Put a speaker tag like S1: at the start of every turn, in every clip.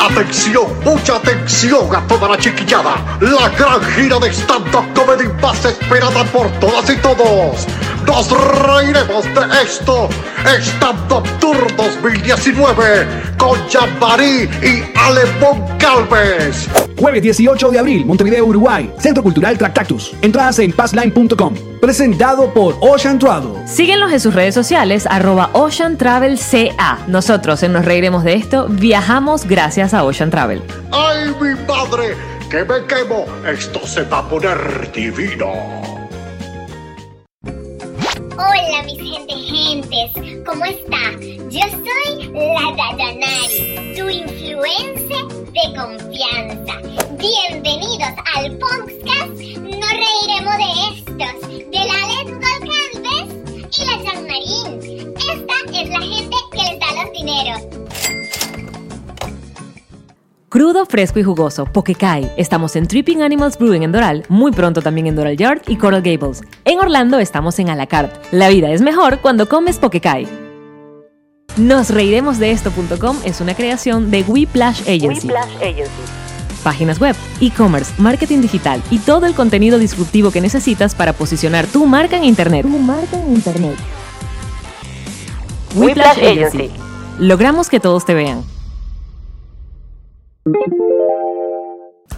S1: Atención, mucha atención a toda la chiquillada. La gran gira de stand-up comedy más esperada por todas y todos. Nos reiremos de esto. Stand-up Tour 2019 con Jean-Marie y Alemón Calves.
S2: Jueves 18 de abril, Montevideo, Uruguay. Centro Cultural Tractactus. Entradas en passline.com. Presentado por Ocean Travel.
S3: Síguenos en sus redes sociales, arroba Ocean Travel CA. Nosotros en Nos Reiremos de Esto viajamos gracias a Ocean Travel.
S1: ¡Ay, mi madre! ¡Que me quemo! Esto se va a poner divino.
S4: Hola mis gente gentes, ¿cómo está? Yo soy la Dayanari, tu influencer de confianza. Bienvenidos al podcast No reiremos de estos, de la Alex Golcalves y la Jean Marín. Esta es la gente que les da los dineros.
S3: Crudo, fresco y jugoso, Pokekai. Estamos en Tripping Animals Brewing en Doral, muy pronto también en Doral Yard y Coral Gables. En Orlando estamos en Alacart. La vida es mejor cuando comes Pokekai. Nos reiremos de esto.com es una creación de Whiplash Agency. Páginas web, e-commerce, marketing digital y todo el contenido disruptivo que necesitas para posicionar tu marca en Internet. Whiplash Agency. Logramos que todos te vean.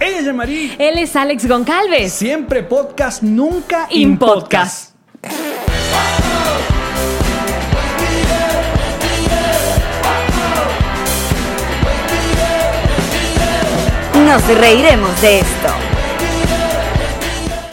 S2: Ella es Marí.
S3: Él es Alex Goncalves.
S2: Siempre podcast, nunca
S3: Impodcast.
S2: impodcast.
S5: Nos reiremos de esto.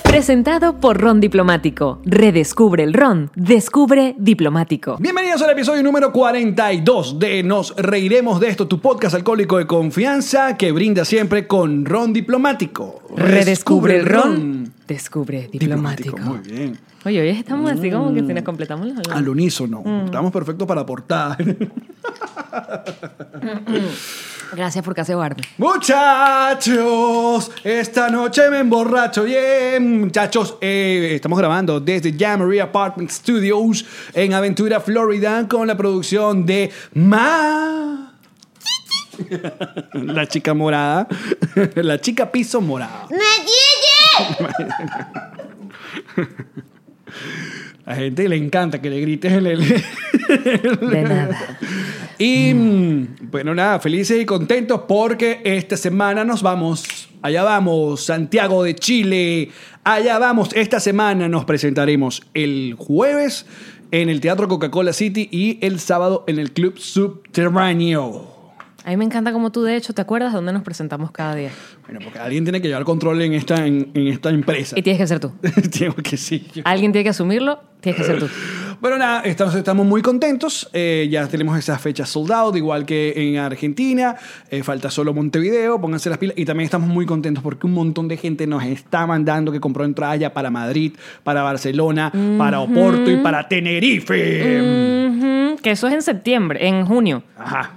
S3: Presentado por Ron Diplomático. Redescubre el Ron. Descubre Diplomático.
S2: Bienvenidos al episodio número 42 de Nos Reiremos de Esto, tu podcast alcohólico de confianza que brinda siempre con ron diplomático.
S3: Redescubre el Ron. Descubre Diplomático.
S2: Muy bien.
S3: Oye, hoy estamos así como que si nos completamos las
S2: Al unísono.
S3: Mm.
S2: Estamos perfectos para aportar.
S3: Gracias por casi barbe.
S2: Muchachos, esta noche me emborracho bien. Muchachos, eh, estamos grabando desde Jamboree Apartment Studios en Aventura, Florida, con la producción de Ma. La chica morada. La chica piso morada. A la gente le encanta que le grites el, el-
S3: De nada.
S2: Y mm, bueno, nada, felices y contentos porque esta semana nos vamos. Allá vamos, Santiago de Chile. Allá vamos. Esta semana nos presentaremos el jueves en el Teatro Coca-Cola City y el sábado en el Club Subterráneo.
S3: A mí me encanta como tú, de hecho, ¿te acuerdas dónde nos presentamos cada día?
S2: Bueno, porque alguien tiene que llevar control en esta, en, en esta empresa.
S3: Y tienes que ser tú.
S2: Tengo que sí.
S3: Alguien tiene que asumirlo, tienes que ser tú.
S2: Bueno, nada, estamos, estamos muy contentos. Eh, ya tenemos esas fechas sold out, igual que en Argentina. Eh, falta solo Montevideo, pónganse las pilas. Y también estamos muy contentos porque un montón de gente nos está mandando que compró entradas ya para Madrid, para Barcelona, para Oporto y para Tenerife.
S3: Ujú, que eso es en septiembre, en junio.
S2: Ajá.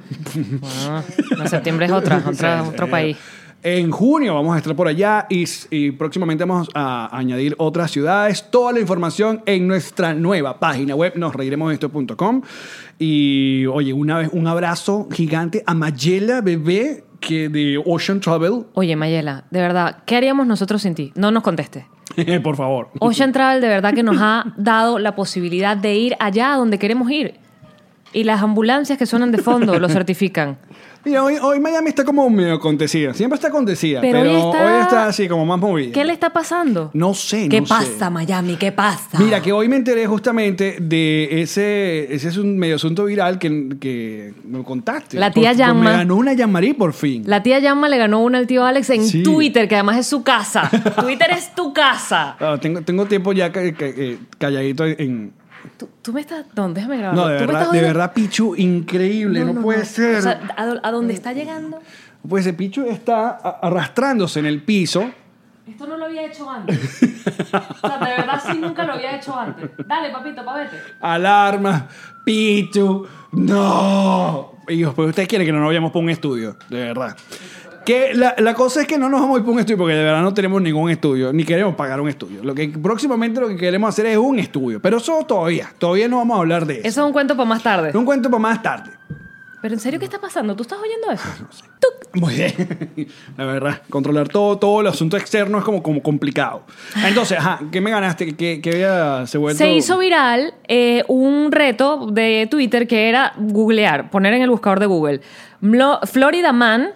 S3: Ah, no, septiembre es otra, otra- otro país.
S2: En junio vamos a estar por allá y, y próximamente vamos a añadir otras ciudades. Toda la información en nuestra nueva página web, nosreiremosdeesto.com. Y oye, una vez un abrazo gigante a Mayela Bebé que de Ocean Travel.
S3: Oye, Mayela, de verdad, ¿qué haríamos nosotros sin ti? No nos contestes.
S2: por favor.
S3: Ocean Travel de verdad que nos ha dado la posibilidad de ir allá a donde queremos ir. Y las ambulancias que suenan de fondo lo certifican.
S2: Mira, hoy, hoy Miami está como medio acontecida. Siempre está acontecida, pero,
S3: Pero hoy está-
S2: hoy está así como más movida.
S3: ¿Qué le está pasando?
S2: No sé,
S5: ¿Qué
S2: no sé.
S5: pasa, Miami? ¿Qué pasa?
S2: Mira, que hoy me enteré justamente de ese, ese es un medio asunto viral que, que me contaste.
S3: La tía
S2: Por-
S3: llama.
S2: Me ganó una llamarí por fin.
S3: La tía Yama le ganó una al tío Alex en
S2: Sí.
S3: Twitter, que además es su casa. Twitter es tu casa.
S2: Ah, tengo, tengo tiempo ya ca- ca- eh, calladito en...
S3: Tú, tú me estás... No, déjame grabar.
S2: No, de
S3: Tú me
S2: verdad,
S3: estás
S2: de
S3: oyendo-
S2: verdad, Pichu, increíble. No,
S3: no,
S2: puede
S3: no.
S2: ser.
S3: O sea, a, do- a donde está llegando,
S2: pues el Pichu está a- arrastrándose en el piso.
S3: esto no lo había hecho antes. O sea, de verdad sí nunca lo había hecho antes. Dale, papito, pa' vete.
S2: Alarma. Pichu. No. Hijos, pues ustedes quieren que no nos vayamos por un estudio, de verdad. Que la, la cosa es que no nos vamos a ir por un estudio porque de verdad no tenemos ningún estudio, ni queremos pagar un estudio. Lo que próximamente lo que queremos hacer es un estudio, pero eso todavía, todavía no vamos a hablar de eso.
S3: Eso es un cuento para más tarde.
S2: Un cuento para más tarde.
S3: ¿Pero en serio qué está pasando? ¿Tú estás oyendo eso?
S2: Muy bien. La verdad, controlar todo, todo el asunto externo es como, como complicado. Entonces, ajá, ¿qué me ganaste? ¿Qué, qué había se vuelto?
S3: Se hizo viral eh, un reto de Twitter que era googlear, poner en el buscador de Google Mlo- Florida Man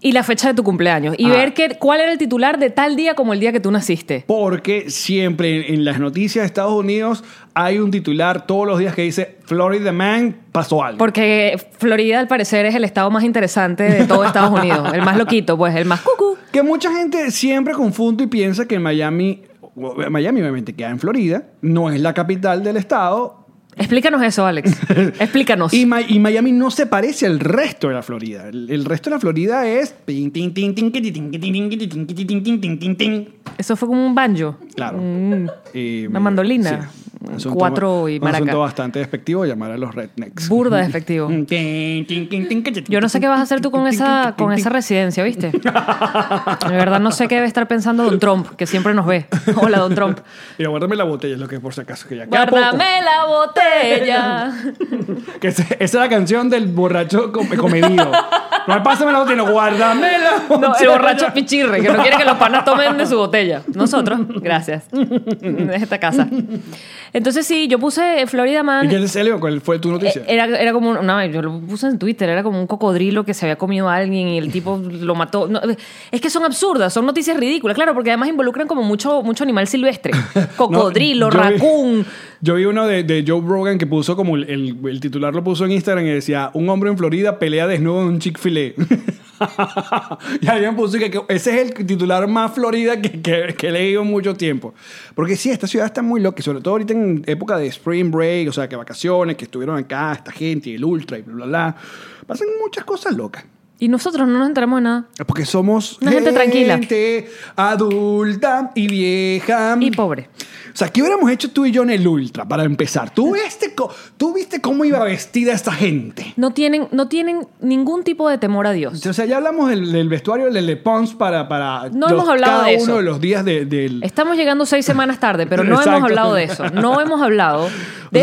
S3: y la fecha de tu cumpleaños y
S2: Ah.
S3: ver que, cuál era el titular de tal día como el día que tú naciste.
S2: Porque siempre en, en las noticias de Estados Unidos hay un titular todos los días que dice Florida Man pasó algo.
S3: Porque Florida, al parecer, es el estado más interesante de todo Estados Unidos. El más loquito, pues, el más cucú.
S2: Que mucha gente siempre confunde y piensa que Miami, Miami obviamente queda en Florida, no es la capital del estado.
S3: Explícanos eso, Alex. Explícanos.
S2: Y, Mi- y Miami no se parece al resto de la Florida. El, el resto de la Florida es... tin, tin, tin, tin, tin, tin, tin, tin, tin, tin, tin, tin, tin, tin, tin, tin.
S3: Eso fue como un banjo.
S2: Claro.
S3: Mm.
S2: Eh,
S3: Una mandolina.
S2: Un asunto-
S3: Cuatro y
S2: Un
S3: maraca.
S2: asunto bastante despectivo llamar a los rednecks.
S3: Burda de efectivo. Yo no sé qué vas a hacer tú con esa, con esa residencia, ¿viste? De verdad no sé qué debe estar pensando Don Trump, que siempre nos ve. Hola, Don Trump.
S2: Y guárdame la botella, es lo que por si acaso que ya queda
S3: Guárdame la botella.
S2: poco. Que ese- esa es la canción del borracho com- comedido. No me pásame la botella, no, guárdame la
S3: No, el
S2: botella.
S3: borracho pichirre, que no quiere que los panas tomen de su botella. Nosotros, gracias. Es esta casa. Entonces sí, yo puse Florida
S2: ¿Y
S3: Man.
S2: qué se le ¿Cuál fue tu noticia?
S3: Eh, Era, era como, un- no, yo lo puse en Twitter, era como un cocodrilo que se había comido a alguien y el tipo lo mató. No, eh, es que son absurdas, son noticias ridículas, claro, porque además involucran como mucho, mucho animal silvestre. Cocodrilo,
S2: No, yo vi-
S3: racún.
S2: Yo vi uno de, de Joe Rogan que puso como el, el- el titular lo puso en Instagram y decía: Un hombre en Florida pelea desnudo en un Chick-fil-A. y alguien puso que, que ese es el titular más Florida que, que, que he leído en mucho tiempo. Porque sí, esta ciudad está muy loca, y sobre todo ahorita en época de spring break, o sea, que vacaciones, que estuvieron acá, esta gente y el ultra y bla, bla, bla. Pasan muchas cosas locas.
S3: Y nosotros no nos enteramos de nada.
S2: Porque somos
S3: Una gente tranquila.
S2: gente adulta y vieja.
S3: Y pobre.
S2: O sea, ¿qué hubiéramos hecho tú y yo en el Ultra para empezar? ¿Tú viste, co- tú viste cómo iba vestida esta gente?
S3: No tienen, no tienen ningún tipo de temor a Dios.
S2: O sea, ya hablamos del, del vestuario del Le Pons para, para
S3: No hemos hablado
S2: cada
S3: de
S2: uno
S3: eso.
S2: de los días de- del...
S3: Estamos llegando seis semanas tarde, pero no
S2: Exacto.
S3: hemos hablado de eso. No hemos hablado de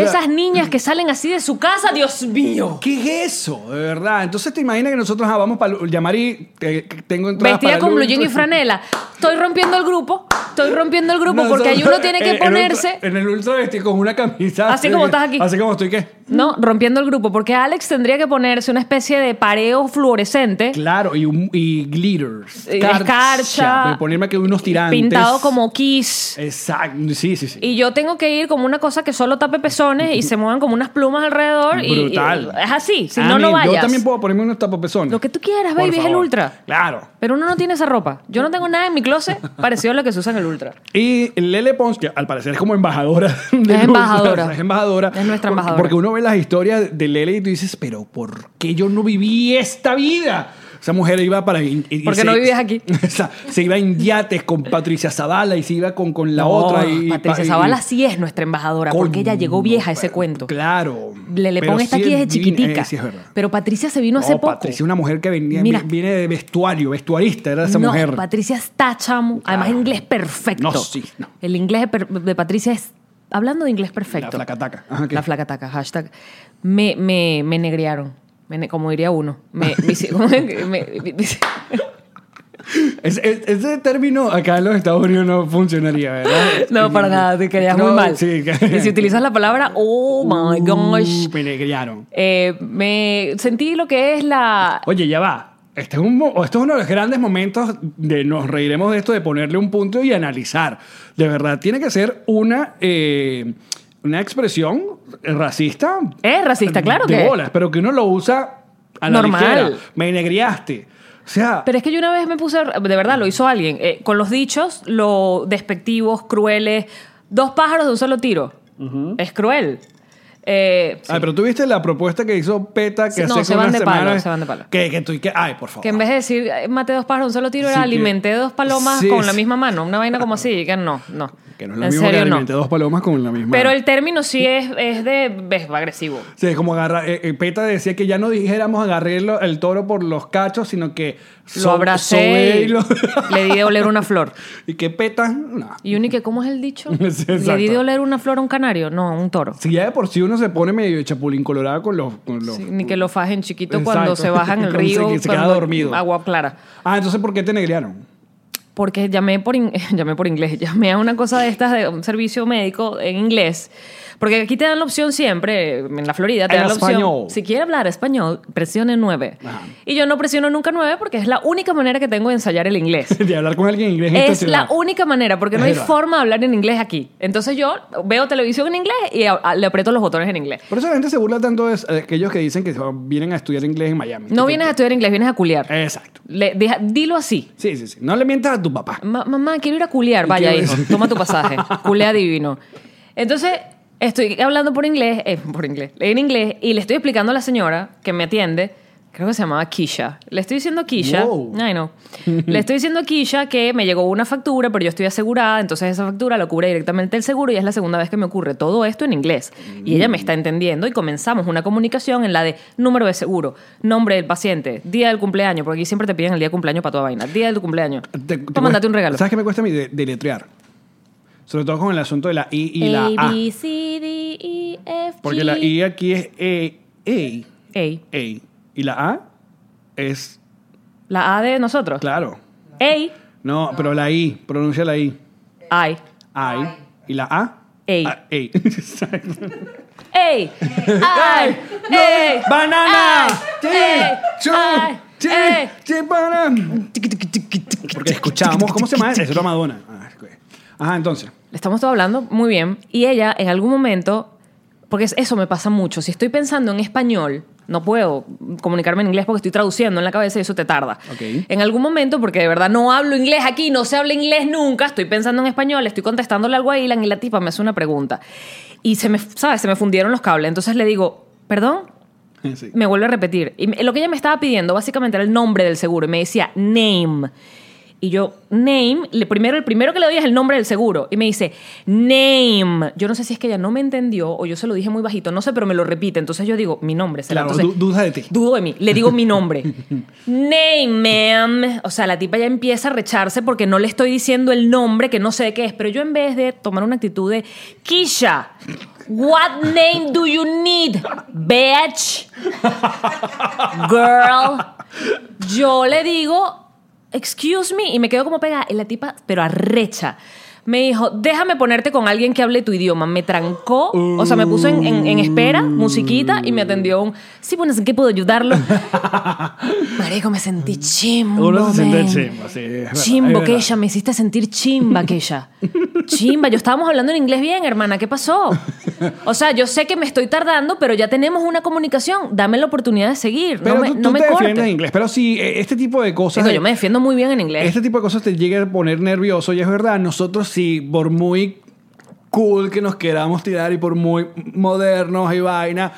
S2: O sea-
S3: esas niñas que salen así de su casa, Dios mío.
S2: ¿Qué es eso? De verdad. Entonces te imaginas que nosotros ah, vamos para Yamari, te- tengo entradas para
S3: Vestida
S2: el
S3: con blue
S2: Ultra.
S3: jean y franela. Estoy rompiendo el grupo. Estoy rompiendo el grupo porque ahí uno tiene que
S2: En- en el Ultra-
S3: ponerse.
S2: En el Ultra vestido con una camisa.
S3: Así como estás aquí.
S2: Así como estoy, ¿qué?
S3: No, rompiendo el grupo, porque Alex tendría que ponerse una especie de pareo fluorescente
S2: Claro, y, un- y glitters.
S3: Eh,
S2: escarcha,
S3: escarcha.
S2: para Ponerme aquí unos tirantes.
S3: pintado como Kiss.
S2: Exacto, sí, sí, sí.
S3: Y yo tengo que ir como una cosa que solo tape pezones y se muevan como unas plumas alrededor. y-
S2: Brutal.
S3: Y, es así, si
S2: Ah,
S3: no, no
S2: mira,
S3: vayas.
S2: Yo también puedo ponerme unos tapapezones.
S3: Lo que tú quieras,
S2: Por
S3: baby, es el
S2: favor.
S3: ultra.
S2: Claro.
S3: Pero uno no tiene esa ropa. Yo no tengo nada en mi closet parecido a lo que se usa en el Ultra.
S2: Y Lele Pons, que al parecer es como embajadora. del Ultra,
S3: embajadora.
S2: o sea, Es embajadora.
S3: Es nuestra embajadora.
S2: Porque uno ve las historias de Lele y tú dices, pero ¿por qué yo no viví esta vida? Esa mujer iba para... y- y- y
S3: ¿Por qué
S2: se-
S3: no vivías aquí?
S2: o sea, se iba en yates con Patricia Zavala y se iba con, con la
S3: No,
S2: otra. Y,
S3: Patricia
S2: y-
S3: Zavala sí es nuestra embajadora, porque ella llegó vieja a ese
S2: Coño,
S3: cuento.
S2: Claro.
S3: Lele
S2: Pero
S3: Pons está
S2: sí
S3: aquí
S2: es
S3: desde
S2: divina,
S3: chiquitica.
S2: eh, sí, es verdad.
S3: Pero Patricia se vino hace poco.
S2: Patricia, una mujer que venía,
S3: Mira.
S2: vi- viene de vestuario, vestuarista, era esa
S3: no,
S2: mujer.
S3: Patricia está chamo. Además,
S2: Claro.
S3: inglés perfecto.
S2: No, sí, no.
S3: El inglés de, per- de Patricia es. Hablando de inglés
S2: La
S3: perfecto.
S2: flacataca. Ajá, ¿qué?
S3: La flacataca, hashtag. Me, me, me negrearon. Me ne- como diría uno. Me, me hice- ¿cómo es que me- me- me-
S2: Es- es- ese término acá en los Estados Unidos no funcionaría, ¿verdad?
S3: no, para nada, te querías muy
S2: No,
S3: mal.
S2: sí, que-
S3: y si utilizas la palabra, oh my gosh.
S2: Uh, me negrearon.
S3: Eh, me sentí lo que es la.
S2: Oye, ya va. Este es, un, mo- este es uno de los grandes momentos de nos reiremos de esto, de ponerle un punto y analizar. De verdad, tiene que ser una, eh, una expresión racista.
S3: Eh, racista, claro
S2: de
S3: que.
S2: bolas, pero que uno lo usa a la
S3: Normal.
S2: ligera. Me negriaste. O sea,
S3: Pero es que yo una vez me puse, de verdad, lo hizo alguien, eh, con los dichos, lo despectivos, crueles, dos pájaros de un solo tiro. Es cruel. Eh, sí.
S2: Ah, pero tú viste la propuesta que hizo PETA que
S3: Sí, no,
S2: hace
S3: se
S2: como
S3: van
S2: unas
S3: de palo,
S2: semanas
S3: se van de palo.
S2: Que, que tú y que, ay, por favor.
S3: que en vez de decir eh, maté dos pájaros de un solo tiro,
S2: Sí,
S3: era
S2: que-
S3: alimenté dos palomas
S2: sí,
S3: con la
S2: sí.
S3: misma mano. Una vaina como así, que no, no.
S2: Que no es lo
S3: en
S2: mismo
S3: serio,
S2: que
S3: no.
S2: alimente dos palomas con la misma.
S3: Pero el término sí es, es de es agresivo.
S2: O sea, como agarrar. eh, eh, PETA decía que ya no dijéramos agarré lo- el toro por los cachos, sino que.
S3: Lo
S2: so-
S3: abracé
S2: sobé
S3: y
S2: y lo-
S3: le di de oler una flor.
S2: y que PETA. No.
S3: Y único, ¿cómo es el dicho?
S2: Sí,
S3: le di de
S2: exacto.
S3: oler una flor a un canario. No, a un toro.
S2: Si ya de por sí uno uno se pone medio de chapulín colorado con los... con los-
S3: Sí, ni que lo fajen chiquito
S2: Exacto.
S3: cuando se bajan el
S2: Cuando
S3: río.
S2: Se, se queda
S3: cuando-
S2: dormido.
S3: Agua clara.
S2: Ah, entonces ¿por qué te negrearon?
S3: Porque llamé por, in- llamé por inglés, llamé a una cosa de estas, de un servicio médico en inglés. Porque aquí te dan la opción siempre, en la Florida, te
S2: En
S3: dan la
S2: español.
S3: opción. Si quiere hablar español, presione 9.
S2: Ajá.
S3: Y yo no presiono nunca 9 porque es la única manera que tengo de ensayar el inglés.
S2: De hablar con alguien en inglés. en esta
S3: Es la
S2: ciudad.
S3: única manera, porque no
S2: Es
S3: hay
S2: verdad.
S3: forma de hablar en inglés aquí. Entonces yo veo televisión en inglés y a- a- le aprieto los botones en inglés.
S2: Por eso la gente se burla tanto de de aquellos que dicen que se van- vienen a estudiar inglés en Miami.
S3: No vienes a estudiar inglés, vienes a culiar.
S2: Exacto.
S3: Le- deja- dilo así.
S2: Sí, sí, sí. No le mientas a tu papá.
S3: Ma- mamá, quiero ir a culear.
S2: Y
S3: Vaya,
S2: quiero-
S3: hijo, toma tu pasaje. Culea divino. Entonces, estoy hablando por inglés, eh, por inglés, en inglés, y le estoy explicando a la señora que me atiende, creo que se llamaba Kisha. Le estoy diciendo a Kisha,
S2: Wow.
S3: ay no, le estoy diciendo a Kisha que me llegó una factura, pero yo estoy asegurada, entonces esa factura la cubre directamente el seguro y es la segunda vez que me ocurre todo esto en inglés. Y ella me está entendiendo y comenzamos una comunicación en la de número de seguro, nombre del paciente, día del cumpleaños, porque aquí siempre te piden el día de cumpleaños para toda vaina, día del cumpleaños.
S2: Te- te
S3: para mandarte un
S2: cuesta-
S3: regalo.
S2: ¿Sabes qué me cuesta a mí de, deletrear? Sobre todo con el asunto de la I y la
S3: A,
S2: A.
S3: B, C, D, E, F,
S2: Porque
S3: G.
S2: la I aquí es E, E,
S3: Ey,
S2: E. Y la A es,
S3: la A de nosotros.
S2: claro.
S3: Ey,
S2: No, pero la I, pronuncia la I.
S3: Ah. ay.
S2: I. ¿Y la A?
S3: Ey.
S2: Ah, ey. Exacto.
S3: Ey, ay.
S2: No,
S3: Ey,
S2: ¡Banana!
S3: ay,
S2: Sí,
S3: ey,
S2: sí,
S3: ay,
S2: sí,
S3: ey.
S2: sí, banana. Porque escuchábamos, ¿cómo se llama? Eso era Madonna. Ah, ok. Ajá, entonces.
S3: Le estamos todo hablando muy bien. Y ella, en algún momento, porque es- eso me pasa mucho, si estoy pensando en español, no puedo comunicarme en inglés porque estoy traduciendo en la cabeza y eso te tarda.
S2: Ok.
S3: En algún momento, porque de verdad no hablo inglés aquí, no se habla inglés nunca, estoy pensando en español, estoy contestándole algo a Ilan y la tipa me hace una pregunta. Y se me, ¿sabes? Se me fundieron los cables. Entonces le digo, perdón,
S2: Sí.
S3: me vuelve a repetir. Y me- lo que ella me estaba pidiendo básicamente era el nombre del seguro. Y me decía, name. Y yo, name, le primero, el primero que le doy es el nombre del seguro. Y me dice, name. Yo no sé si es que ella no me entendió o yo se lo dije muy bajito, no sé, pero me lo repite. Entonces yo digo, mi nombre. será.
S2: Claro,
S3: Entonces,
S2: du- duda de ti.
S3: Dudo de mí. Le digo mi nombre. name, ma'am. O sea, la tipa ya empieza a recharse porque no le estoy diciendo el nombre que no sé de qué es. Pero yo en vez de tomar una actitud de, Kisha, what name do you need, bitch? girl. Yo le digo, excuse me, y me quedo como pegada. Y la tipa, pero arrecha. Me dijo, déjame ponerte con alguien que hable tu idioma. Me trancó, o sea, me puso en, en- en espera, musiquita, y me atendió un, sí, bueno, ¿en qué puedo ayudarlo? Marico, me sentí chimbo.
S2: Uno se siente
S3: men.
S2: chimbo, sí, es verdad, es
S3: Chimbo
S2: verdad.
S3: que ella, me hiciste sentir chimba que ella. Chimba, yo estábamos hablando en inglés bien, hermana, ¿qué pasó? O sea, yo sé que me estoy tardando, pero ya tenemos una comunicación. Dame la oportunidad de seguir.
S2: Pero
S3: no me,
S2: tú,
S3: no
S2: tú
S3: me
S2: te
S3: cortes.
S2: defiendes en inglés. Pero sí, eh, este tipo de cosas.
S3: Digo,
S2: de-
S3: yo me defiendo muy bien en inglés.
S2: Este tipo de cosas te llega a poner nervioso y es verdad, nosotros sí, por muy cool que nos queramos tirar y por muy modernos y vaina,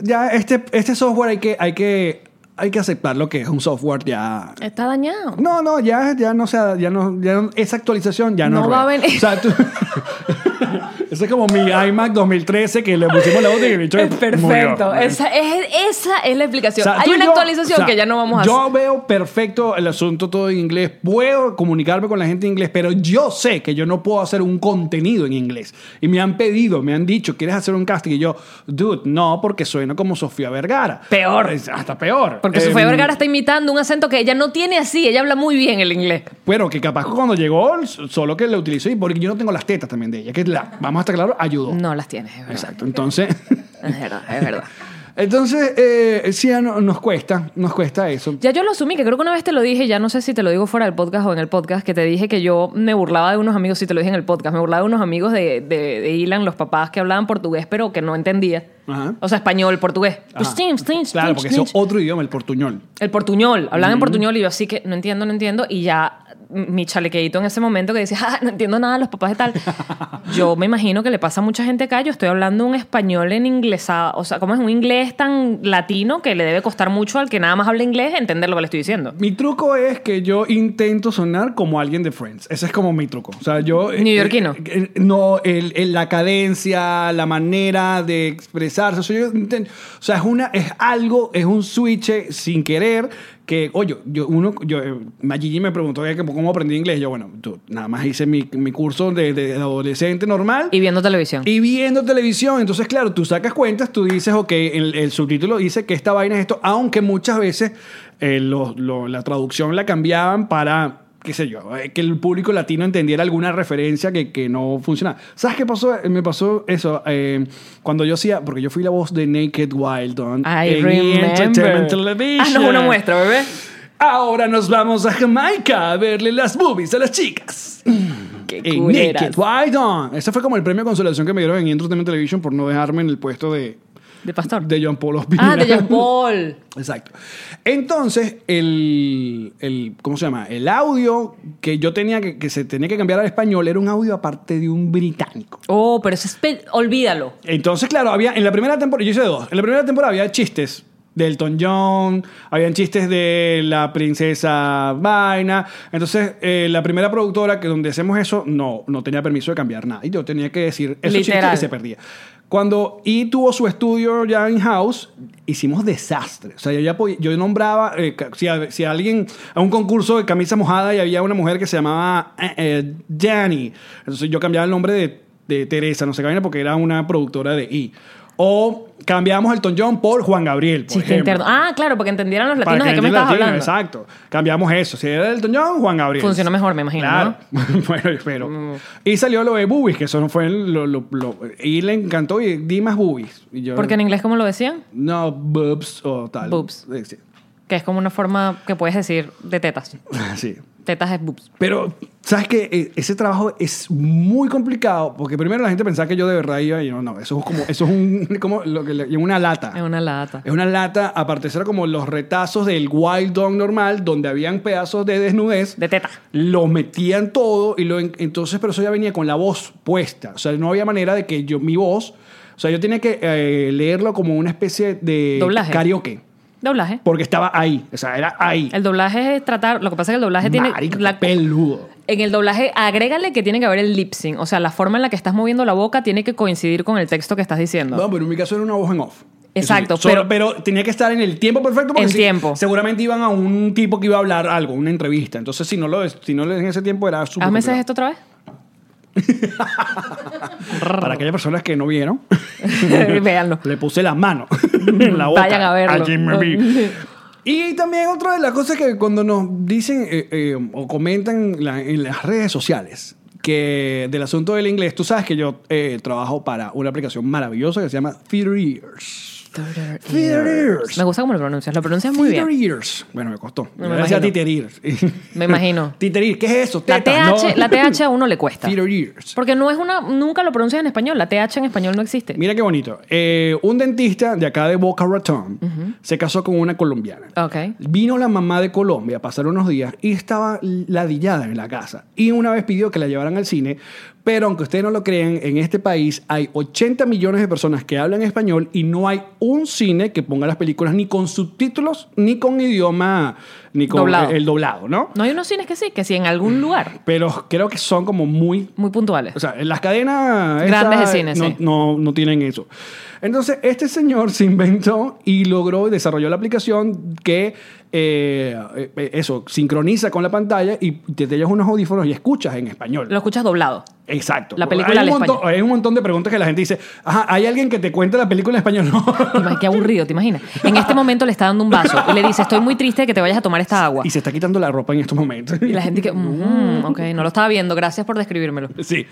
S2: ya este, este software hay que, hay, que, hay que aceptar lo que es un software ya...
S3: Está dañado.
S2: No, no, ya, ya no sea, ya no, ya no- esa actualización ya no.
S3: No
S2: rueda.
S3: va a venir.
S2: O sea, tú- Ese es como mi iMac 2013 que le pusimos la voz y el bicho
S3: Es perfecto.
S2: murió.
S3: Esa es, esa es la explicación.
S2: O sea,
S3: Hay
S2: tú y
S3: una
S2: yo-
S3: actualización
S2: o sea,
S3: que ya no vamos a
S2: Yo
S3: hacer.
S2: veo perfecto el asunto todo en inglés. Puedo comunicarme con la gente en inglés, pero yo sé que yo no puedo hacer un contenido en inglés. Y me han pedido, me han dicho, ¿quieres hacer un casting? Y yo, dude, no, porque sueno como Sofía Vergara.
S3: Peor.
S2: Es hasta peor.
S3: Porque
S2: Em,
S3: Sofía Vergara está imitando un acento que ella no tiene así. Ella habla muy bien el inglés.
S2: Bueno, que capaz cuando llegó, solo que lo utilicé, y porque yo no tengo las tetas también de ella, que la, vamos a estar claro, ayudó.
S3: No las tiene, es verdad.
S2: Exacto, entonces...
S3: Es verdad, es verdad.
S2: Entonces, eh, sí, ah, no- nos cuesta, nos cuesta eso.
S3: Ya yo lo asumí, que creo que una vez te lo dije, ya no sé si te lo digo fuera del podcast o en el podcast, que te dije que yo me burlaba de unos amigos, si te lo dije en el podcast, me burlaba de unos amigos de, de, de Ilan, los papás que hablaban portugués, pero que no entendía.
S2: Ajá.
S3: O sea, español, portugués. Pues,
S2: Ajá.
S3: tin, tin,
S2: Claro,
S3: tin,
S2: porque
S3: tin.
S2: es otro idioma, el portuñol.
S3: El portuñol, hablaban en portuñol y yo así que no entiendo, no entiendo. Y ya m- mi chalequeíto en ese momento que decía, "Ah, no entiendo nada, los papás de tal. yo me imagino que le pasa a mucha gente acá, yo estoy hablando un español en inglesado, o sea, como es un inglés tan latino que le debe costar mucho al que nada más habla inglés entender lo que le estoy diciendo.
S2: Mi truco es que yo intento sonar como alguien de Friends. Ese es como mi truco. O sea, yo... eh,
S3: Neoyorquino.
S2: eh, eh, no, el, el- la cadencia, la manera de expresarse. O sea, yo inten- o sea, es, una, es algo, es un switch sin querer que, oye, yo, uno, yo, eh, Magigi me preguntó que cómo aprendí inglés. Yo, bueno, tú, nada más hice mi, mi curso de, de adolescente normal.
S3: Y viendo televisión.
S2: Y viendo televisión. Entonces, claro, tú sacas cuentas, tú dices, ok, el, el subtítulo dice que esta vaina es esto, aunque muchas veces eh, lo- lo- la traducción la cambiaban para qué sé yo, eh, que el público latino entendiera alguna referencia que, que no funcionaba. ¿Sabes qué pasó? Eh, Me pasó eso eh, cuando yo hacía, porque yo fui la voz de Naked Wild on
S3: I
S2: en
S3: remember.
S2: Entertainment Television.
S3: Ah, no, una muestra, bebé.
S2: Ahora nos vamos a Jamaica a verle las movies a las chicas.
S3: Qué
S2: En
S3: culeras.
S2: Eh, Naked, why don't? Ese fue como el premio de consolación que me dieron en Entertainment Television por no dejarme en el puesto de,
S3: De pastor.
S2: de John Paul Ospina.
S3: ah, de Jean Paul.
S2: Exacto. Entonces, el, el- ¿Cómo se llama? El audio que yo tenía que, que se tenía que cambiar al español era un audio aparte de un británico.
S3: Oh, pero eso es... pe- Olvídalo.
S2: Entonces, claro, había. En la primera temporada. Yo hice dos. En la primera temporada había chistes. De Elton John, habían chistes de la princesa Vaina. Entonces, eh, la primera productora que donde hacemos eso, no, no tenía permiso de cambiar nada. Y yo tenía que decir esos
S3: Literal.
S2: chistes y se perdía. Cuando Y tuvo su estudio ya in-house, hicimos desastre. O sea, yo, ya po- yo nombraba, eh, ca- si, a, si alguien, a un concurso de camisa mojada y había una mujer que se llamaba eh, eh, Dani. Entonces yo cambiaba el nombre de, de Teresa, no sé qué vaina, porque era una productora de I. O cambiamos el Elton John por Juan Gabriel. Por
S3: Chiste
S2: ejemplo.
S3: interno. Ah, claro, para que entendieran los
S2: Para
S3: latinos de qué
S2: que
S3: me
S2: la
S3: estabas
S2: entiendan,
S3: hablando.
S2: Exacto. Cambiamos eso. Si era Elton John, Juan Gabriel.
S3: Funcionó mejor, me imagino,
S2: Claro. bueno, espero. Y salió lo de boobies, que eso no fue lo, lo- lo- Y le encantó y di más boobies. Y yo,
S3: Porque en inglés, ¿cómo lo decían?
S2: No, boobs o tal.
S3: Boobs.
S2: Eh, Sí.
S3: Que es como una forma que puedes decir de tetas.
S2: Sí.
S3: Tetas es boobs.
S2: Pero, ¿sabes qué? E- Ese trabajo es muy complicado porque primero la gente pensaba que yo de verdad iba y no, no, eso es como, eso es un, como lo que le- una lata.
S3: Es una lata.
S2: Es una lata, aparte eso era como los retazos del Wild Dog normal, donde habían pedazos de desnudez.
S3: De teta.
S2: Lo metían todo y lo en- entonces, pero eso ya venía con la voz puesta. O sea, no había manera de que yo, mi voz, o sea, yo tenía que eh, leerlo como una especie de
S3: Doblaje.
S2: karaoke,
S3: Doblaje.
S2: porque estaba ahí, o sea, era ahí.
S3: El doblaje es tratar. Lo que pasa es que el doblaje
S2: Marica,
S3: tiene. la-
S2: qué peludo.
S3: en el doblaje, agrégale que tiene que haber el lip sync. O sea, la forma en la que estás moviendo la boca tiene que coincidir con el texto que estás diciendo.
S2: No, pero en mi caso era una voz en off.
S3: Exacto,
S2: Eso sí. Solo-
S3: pero-
S2: pero, tenía que estar en el tiempo perfecto porque
S3: En
S2: si-
S3: tiempo.
S2: seguramente iban a un tipo que iba a hablar algo, una entrevista. Entonces, si no lo si no lo- en ese tiempo era súper
S3: Hazme ese
S2: complicado.
S3: gesto otra vez.
S2: Para aquellas personas que no vieron,
S3: Véanlo.
S2: le puse la mano en la boca.
S3: Vayan a verlo.
S2: Jimmy B. Y también otra de las cosas que cuando nos dicen eh, eh, o comentan la- en las redes sociales que del asunto del inglés, tú sabes que yo eh, trabajo para una aplicación maravillosa que se llama Theater Ears. Theater Ears.
S3: Me gusta cómo lo pronuncias. Lo pronuncias muy
S2: Theater
S3: bien.
S2: Ears. Bueno, me costó.
S3: Me
S2: Me decía
S3: imagino.
S2: Theater Ears.
S3: Me imagino.
S2: Theater Ears, ¿qué es eso?
S3: La
S2: Tetas,
S3: TH,
S2: ¿no?
S3: la TH a uno le cuesta.
S2: Theater Ears.
S3: Porque no es una. Nunca lo pronuncias en español. La TH en español no existe.
S2: Mira qué bonito. Eh, un dentista de acá de Boca Raton se casó con una colombiana.
S3: Ok.
S2: Vino la mamá de Colombia, pasaron unos días y estaba ladillada en la casa. Y una vez pidió que la llevaran al cine, pero aunque ustedes no lo crean, en este país hay 80 millones de personas que hablan español y no hay un cine que ponga las películas ni con subtítulos, ni con idioma, ni con
S3: Doblado.
S2: el doblado, ¿no?
S3: No hay unos cines que sí, que sí, en algún lugar.
S2: Pero creo que son como muy
S3: Muy puntuales.
S2: o sea, en las cadenas
S3: Grandes
S2: esas
S3: de cine,
S2: no,
S3: sí.
S2: no, no tienen eso. Entonces, este señor se inventó y logró y desarrolló la aplicación que eh, eh, eso sincroniza con la pantalla y te, te llevas unos audífonos y escuchas en español.
S3: lo escuchas doblado.
S2: Exacto.
S3: La película
S2: hay
S3: al
S2: un, montón,
S3: español.
S2: hay un montón de preguntas que la gente dice, ajá, ¿hay alguien que te cuente la película en español? No.
S3: Ima- Qué aburrido, ¿te imaginas? En este momento le está dando un vaso y le dice, estoy muy triste de que te vayas a tomar esta agua.
S2: y se está quitando la ropa en estos momentos.
S3: Y la gente que, "Mm, ok, no lo estaba viendo, gracias por describírmelo.
S2: Sí.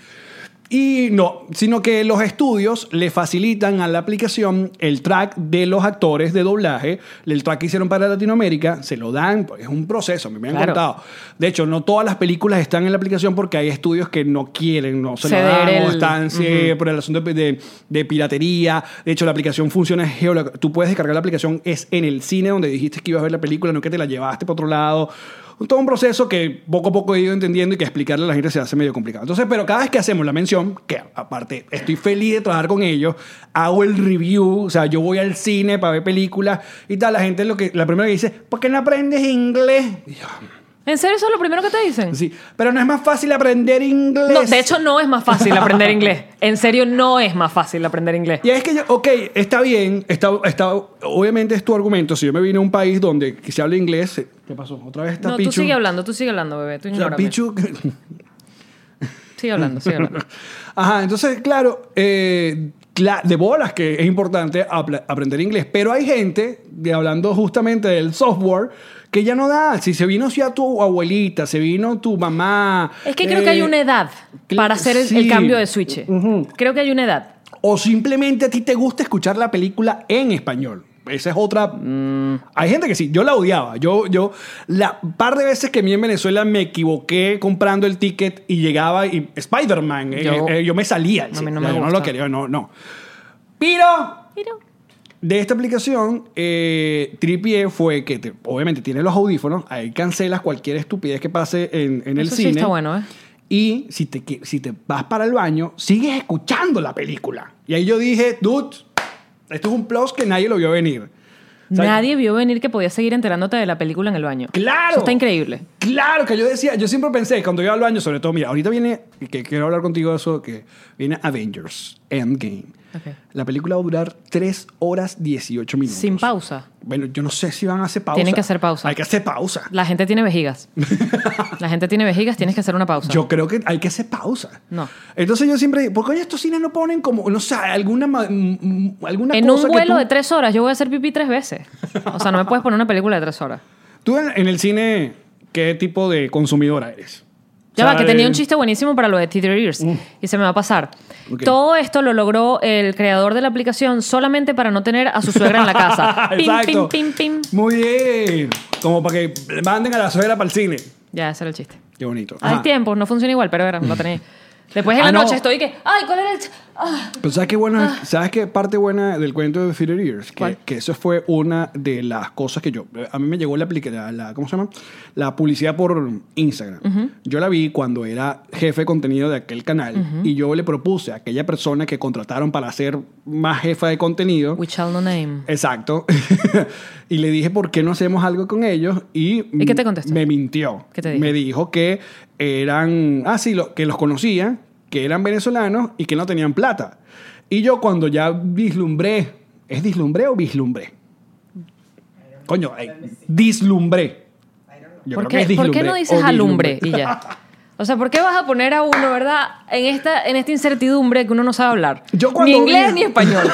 S2: Y no, sino que los estudios le facilitan a la aplicación el track de los actores de doblaje, el track que hicieron para Latinoamérica, se lo dan, pues, es un proceso, a mí me han
S3: Claro.
S2: contado. De hecho, no todas las películas están en la aplicación porque hay estudios que no quieren, no se lo
S3: Ceder
S2: dan, o
S3: el-
S2: están sí, por el asunto de, de- de piratería. De hecho, la aplicación funciona geolo- Tú puedes descargar la aplicación, es en el cine donde dijiste que ibas a ver la película, no que te la llevaste para otro lado. Todo un proceso que poco a poco he ido entendiendo y que explicarle a la gente se hace medio complicado. Entonces, pero cada vez que hacemos la mención, que aparte estoy feliz de trabajar con ellos, hago el review, o sea, yo voy al cine para ver películas y tal, la gente lo que, la primera que dice, ¿por qué no aprendes inglés? Y yo,
S3: ¿En serio eso es lo primero que te dicen?
S2: Sí, pero no es más fácil aprender inglés.
S3: No, de hecho no es más fácil aprender inglés. En serio no es más fácil aprender inglés.
S2: Y es que, yo, ok, está bien, está, está, obviamente es tu argumento. Si yo me vine a un país donde que se habla inglés, ¿qué pasó? ¿Otra vez está
S3: No,
S2: Pichu?
S3: tú sigue hablando, pues. tú sigue hablando, bebé. Tú
S2: O sea,
S3: ignórame.
S2: Pichu-
S3: Sigue hablando, sigue hablando.
S2: Ajá, entonces, claro, eh, cla- de bolas que es importante apl- aprender inglés. Pero hay gente, de, hablando justamente del software, que ya no da. Si se vino si a tu abuelita, se vino tu mamá.
S3: Es que creo que hay
S2: eh,
S3: una edad
S2: cl-
S3: para hacer el, el
S2: sí.
S3: cambio de switch. Creo que hay una edad.
S2: O simplemente a ti te gusta escuchar la película en español. Esa es otra.
S3: Mm.
S2: Hay gente que sí. Yo la odiaba. Yo, yo, la par de veces que a mí en Venezuela me equivoqué comprando el ticket y llegaba y Spider-Man, eh, eh,
S3: Yo-
S2: yo, me salía.
S3: mí
S2: sí.
S3: no
S2: yo
S3: me
S2: no
S3: gusta.
S2: lo quería, no, no. Pero
S3: Mira.
S2: de esta aplicación, eh, Tripié fue que te- obviamente tiene los audífonos, ahí cancelas cualquier estupidez que pase en, en el
S3: Eso sí
S2: cine.
S3: está bueno, ¿eh?
S2: Y si te, qui- si te vas para el baño, sigues escuchando la película. Y ahí yo dije, dude, esto es un plus que nadie lo vio venir. O sea,
S3: Nadie vio venir que podías seguir enterándote de la película en el baño.
S2: ¡Claro!
S3: Eso está increíble.
S2: Claro, que yo decía, yo siempre pensé, cuando iba al baño, sobre todo, mira, ahorita viene, que quiero hablar contigo de eso, que viene Avengers Endgame.
S3: Ok.
S2: La película va a durar 3 horas 18 minutos.
S3: Sin pausa.
S2: Bueno, yo no sé si van a hacer pausa.
S3: Tienen que hacer pausa.
S2: Hay que hacer pausa.
S3: La gente tiene vejigas. La gente tiene vejigas, tienes que hacer una pausa.
S2: Yo creo que hay que hacer pausa.
S3: No.
S2: Entonces yo siempre digo, ¿por qué oye, estos cines no ponen como, no sé, alguna, ma- m- m- alguna
S3: en
S2: cosa
S3: un vuelo
S2: que
S3: de
S2: tú,
S3: tres horas yo voy a hacer pipí tres veces. O sea, no me puedes poner una película de tres horas.
S2: Tú en, en el cine, ¿qué tipo de consumidora eres?
S3: Ya
S2: O sea,
S3: va, que tenía
S2: de-
S3: un chiste buenísimo para lo de Theater Ears y se me va a pasar.
S2: Mm. Ok.
S3: Todo esto lo logró el creador de la aplicación solamente para no tener a su suegra en la casa. pim, pim,
S2: Exacto.
S3: pim, pim.
S2: Muy bien. Como para que le manden a la suegra para el cine.
S3: Ya, ese era el chiste.
S2: Qué bonito.
S3: Hay
S2: Ajá.
S3: tiempo, no funciona igual, pero era, lo tenía. Después en
S2: Ah,
S3: la
S2: no.
S3: noche estoy que, ay, ¿cuál era el ch- ah.
S2: Pero ¿sabes qué, bueno, ¿sabes qué parte buena del cuento de Theater Ears?
S3: ¿Cuál?
S2: Que, que eso fue una de las cosas que yo... A mí me llegó la, aplica- la, la- ¿Cómo se llama? La publicidad por Instagram. Yo la vi cuando era jefe de contenido de aquel canal y yo le propuse a aquella persona que contrataron para ser más jefa de contenido...
S3: We shall no name.
S2: Exacto. y le dije, ¿por qué no hacemos algo con ellos? Y,
S3: ¿Y qué te contestó?
S2: Me mintió.
S3: ¿Qué te dijo?
S2: Me dijo que eran, ah, sí, lo- que los conocía, que eran venezolanos y que no tenían plata. Y yo cuando ya vislumbré, ¿es dislumbré o vislumbré? Coño, eh, dislumbré. Yo
S3: ¿Por
S2: creo que
S3: qué,
S2: es
S3: por qué
S2: dislumbré
S3: no
S2: o
S3: dices
S2: vislumbré.
S3: alumbre y ya? O sea, ¿por qué vas a poner a uno, verdad, en esta, en esta incertidumbre que uno no sabe hablar?
S2: Yo
S3: ni
S2: cuando
S3: inglés
S2: vi-
S3: ni español.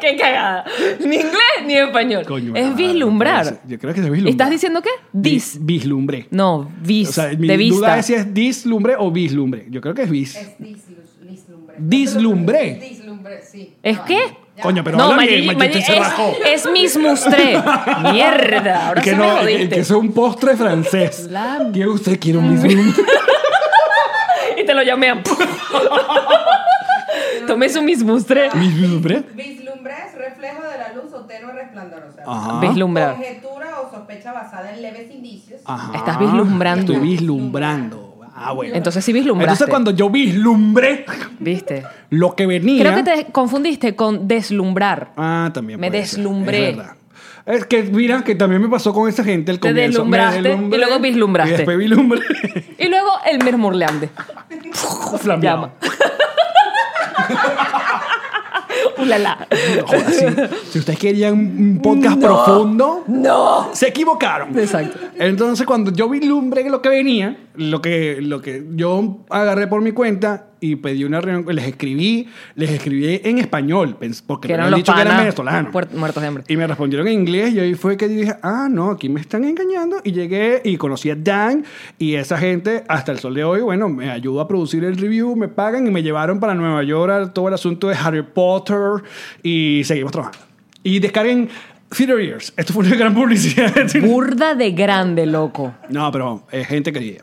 S3: qué cagada. Ni inglés ni español.
S2: Coño,
S3: es
S2: ah,
S3: vislumbrar.
S2: Yo creo que es vislumbrar.
S3: ¿Estás diciendo qué? Dis.
S2: Vi- Vislumbré.
S3: No, vis.
S2: O sea, mi
S3: de vista.
S2: duda es si es dislumbre o vislumbre. Yo creo que es vis.
S6: Es dislus- dislumbre.
S2: Dislumbre.
S6: Dislumbre, sí.
S3: ¿Es
S6: No,
S3: qué?
S2: Coño, pero habla
S3: Maggi-
S2: bien, Maggi,
S3: Maggi,
S2: usted se rajó.
S3: es, es mismustré. Mierda, ahora
S2: Y que
S3: sí me
S2: no,
S3: jodiste.
S2: que, que es un postre francés.
S3: La-
S2: Que usted quiere un vislumbre.
S3: Y te lo llamean. Tomé su mismustre.
S2: ¿Vislumbre?
S6: Vislumbre es reflejo de la luz o tenue resplandor. O sea,
S2: Ajá.
S3: Vislumbrar.
S6: conjetura o sospecha basada en leves indicios.
S2: Ajá.
S3: Estás vislumbrando.
S2: Estoy vislumbrando. Ah, bueno.
S3: Entonces sí vislumbraste.
S2: Entonces cuando yo vislumbré
S3: ¿Viste?
S2: lo que venía...
S3: Creo que te confundiste con deslumbrar.
S2: ¿eh? Ah, también
S3: Me
S2: puede ser.
S3: deslumbré.
S2: Es verdad. Es que mira que también me pasó con esa gente el
S3: Te
S2: comienzo. Me
S3: deslumbraste
S2: deslumbré,
S3: y luego vislumbraste.
S2: Y después vislumbré.
S3: Y luego el mermurleante.
S2: Flameado.
S3: Llama. Ulala.
S2: No, jodas, si, si ustedes querían un podcast profundo,
S3: ¡No!
S2: se equivocaron.
S3: Exacto.
S2: Entonces, cuando yo vislumbré lo que venía, lo que, lo que yo agarré por mi cuenta y pedí una reunión, les escribí, les escribí en español, pens- porque
S3: Que
S2: me
S3: eran
S2: habían
S3: los
S2: dicho que eran
S3: panas
S2: venezolanos.
S3: puer- muertos de hambre.
S2: Y me respondieron en inglés y ahí fue que yo dije, ah, no, aquí me están engañando. Y llegué y conocí a Dan y esa gente hasta el sol de hoy, bueno, me ayudó a producir el review, me pagan y me llevaron para Nueva York a todo el asunto de Harry Potter y seguimos trabajando. Y descarguen Theater Years. Esto fue una gran publicidad.
S3: Burda de grande, loco.
S2: No, pero es gente querida.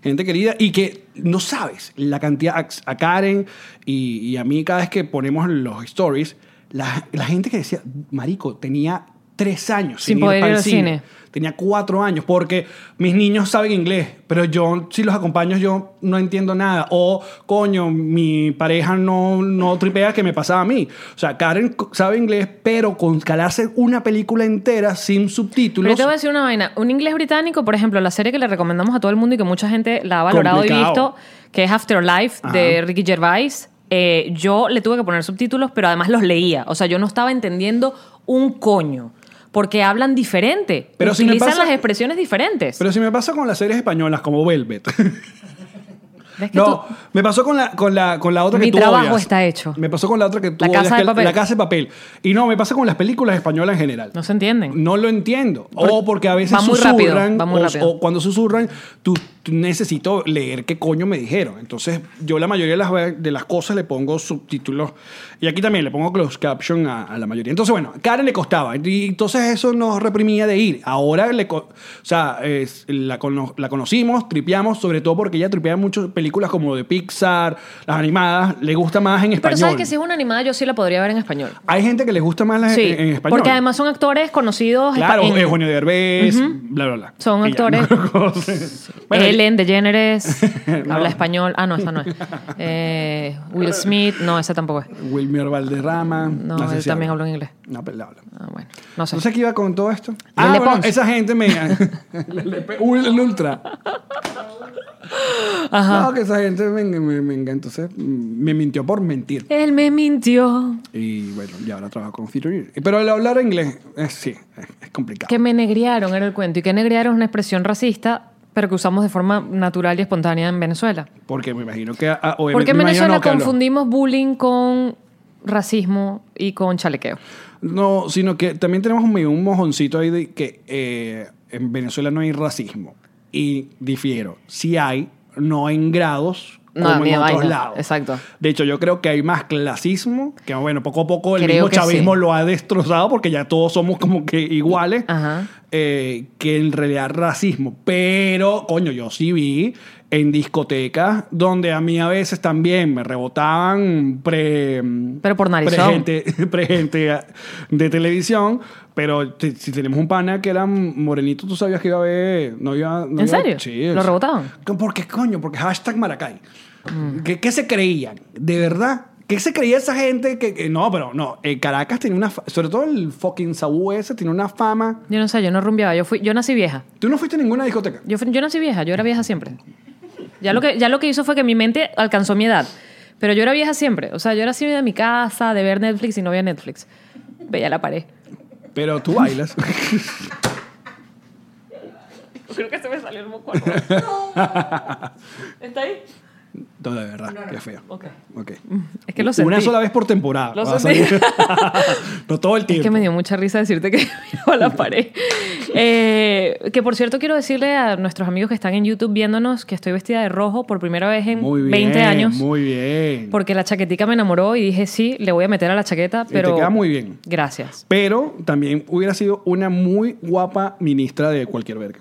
S2: Gente querida y que no sabes la cantidad. A, a Karen y, y a mí, cada vez que ponemos los stories, la, la gente que decía, Marico, tenía tres años
S3: Sin
S2: sin,
S3: poder
S2: ir al
S3: ir al
S2: cine.
S3: cine.
S2: Tenía cuatro años porque mis niños saben inglés, pero yo si los acompaño yo no entiendo nada. O, coño, mi pareja no, no tripea que me pasaba a mí. O sea, Karen co- sabe inglés, pero con calarse una película entera sin
S3: Pero yo
S2: subtítulos...
S3: te voy a decir una vaina. Un inglés británico, por ejemplo, la serie que le recomendamos a todo el mundo y que mucha gente la ha valorado y
S2: Complicado.
S3: visto, que es Afterlife de
S2: Ajá.
S3: Ricky Gervais, eh, yo le tuve que poner subtítulos, pero además los leía. O sea, yo no estaba entendiendo un coño. Porque hablan diferente.
S2: Pero si me
S3: utilizan
S2: pasa-
S3: las expresiones diferentes.
S2: Pero si me pasa con las series españolas como Velvet.
S3: ¿Ves que
S2: No,
S3: tú-
S2: me pasó con la, con la, con la otra
S3: Mi
S2: que tú
S3: trabajo
S2: odias.
S3: está hecho.
S2: Me pasó con la otra que tú
S3: La Casa
S2: odias,
S3: de
S2: que
S3: Papel.
S2: La Casa de Papel. Y no, me pasa con las películas españolas en general.
S3: No se entienden.
S2: No lo entiendo. O porque a veces
S3: Va muy rápido,
S2: susurran.
S3: va muy
S2: o-
S3: rápido.
S2: o, cuando susurran, tú, tú necesito leer qué coño me dijeron. Entonces, yo la mayoría de las, ve- de las cosas le pongo subtítulos. Y aquí también le pongo closed caption a, a la mayoría. Entonces, bueno, a Karen le costaba. Y entonces eso nos reprimía de ir. Ahora le. co- O sea, es- la, cono- la conocimos, tripeamos, sobre todo porque ella tripea mucho películas como de Pixar, las animadas. Le gusta más en español.
S3: Pero sabes que si es una animada, yo sí la podría ver en español.
S2: Hay gente que les gusta más las
S3: Sí,
S2: en, en español.
S3: porque además son actores conocidos.
S2: Claro, eh,
S3: espa- en-
S2: Eugenio Derbez, bla, bla, bla.
S3: Son
S2: Y ya,
S3: actores.
S2: no conoces. Bueno,
S3: Ellen DeGeneres
S2: No.
S3: habla español. Ah, no, esa no es. Eh, Will Smith, no, esa tampoco es.
S2: Wilmer Valderrama.
S3: No,
S2: sé
S3: él
S2: si
S3: también
S2: habla.
S3: habla en inglés.
S2: No, pero le habla.
S3: Ah, bueno, no sé.
S2: No sé qué iba con todo esto.
S3: Lele
S2: ah, bueno,
S3: Pons.
S2: esa gente me... Lele Pe- Uy, el ultra. No, que esa gente me, me, me enga- Entonces, mm, me mintió por mentir.
S3: Él me mintió.
S2: Y bueno, ya ahora trabajo con Future. Pero el hablar inglés, eh, sí, es, es complicado.
S3: Que me negriaron era el cuento. Y que negriaron es una expresión racista, pero que usamos de forma natural y espontánea en Venezuela.
S2: Porque me imagino que... ah, obviamente,
S3: Porque en
S2: me imagino
S3: Venezuela
S2: no, que hablo.
S3: confundimos bullying con racismo y con chalequeo.
S2: No, sino que también tenemos un, medio un mojoncito ahí de que eh, en Venezuela no hay racismo. Y difiero, si hay, no en grados
S3: No,
S2: como
S3: ni
S2: en
S3: de
S2: otros
S3: vaina,
S2: lados.
S3: exacto.
S2: De hecho, yo creo que hay más clasismo, que bueno, poco a poco el
S3: Creo
S2: mismo
S3: que
S2: chavismo
S3: sí.
S2: lo ha destrozado porque ya todos somos como que iguales,
S3: Ajá.
S2: eh, que en realidad racismo. Pero, coño, yo sí vi en discotecas donde a mí a veces también me rebotaban pre... mm,
S3: Pero por narizón.
S2: Pre gente, pre gente a- de televisión, pero te- si tenemos un pana que era morenito, tú sabías que iba a ver. No iba, no
S3: ¿En
S2: iba-
S3: serio?
S2: Sí,
S3: ¿Lo
S2: sí.
S3: rebotaban?
S2: ¿Por qué coño? Porque hashtag Maracay. ¿Qué, qué se creían? ¿De verdad? ¿Qué se creía esa gente? Que, que- no, pero no. eh, Caracas tiene una. fa- Sobre todo el fucking Saúl ese tiene una fama.
S3: Yo no sé, yo no rumbeaba. Yo, fui, yo nací vieja.
S2: Tú no fuiste a ninguna discoteca.
S3: Yo, fui- yo nací vieja, yo era vieja siempre. Ya lo, que, ya lo que hizo fue que mi mente alcanzó mi edad. Pero yo era vieja siempre. O sea, yo era así de mi casa, de ver Netflix y no veía Netflix. Veía la pared.
S2: Pero tú bailas.
S3: Creo que se me salió el moco. ¿Está ahí?
S2: no, de verdad. Qué feo.
S3: Ok.
S2: Ok.
S3: Es que lo
S2: Una
S3: sentí.
S2: sola vez por temporada.
S3: Lo
S2: vas a
S3: sentí.
S2: salir. no todo el tiempo.
S3: Es que me dio mucha risa decirte que miraba la pared. Eh, que por cierto, quiero decirle a nuestros amigos que están en YouTube viéndonos que estoy vestida de rojo por primera vez en
S2: Muy bien,
S3: 20 años.
S2: Muy bien.
S3: Porque la chaquetica me enamoró y dije, sí, le voy a meter a la chaqueta,
S2: te
S3: pero...
S2: queda muy bien.
S3: Gracias.
S2: Pero también hubiera sido una muy guapa ministra de cualquier verga.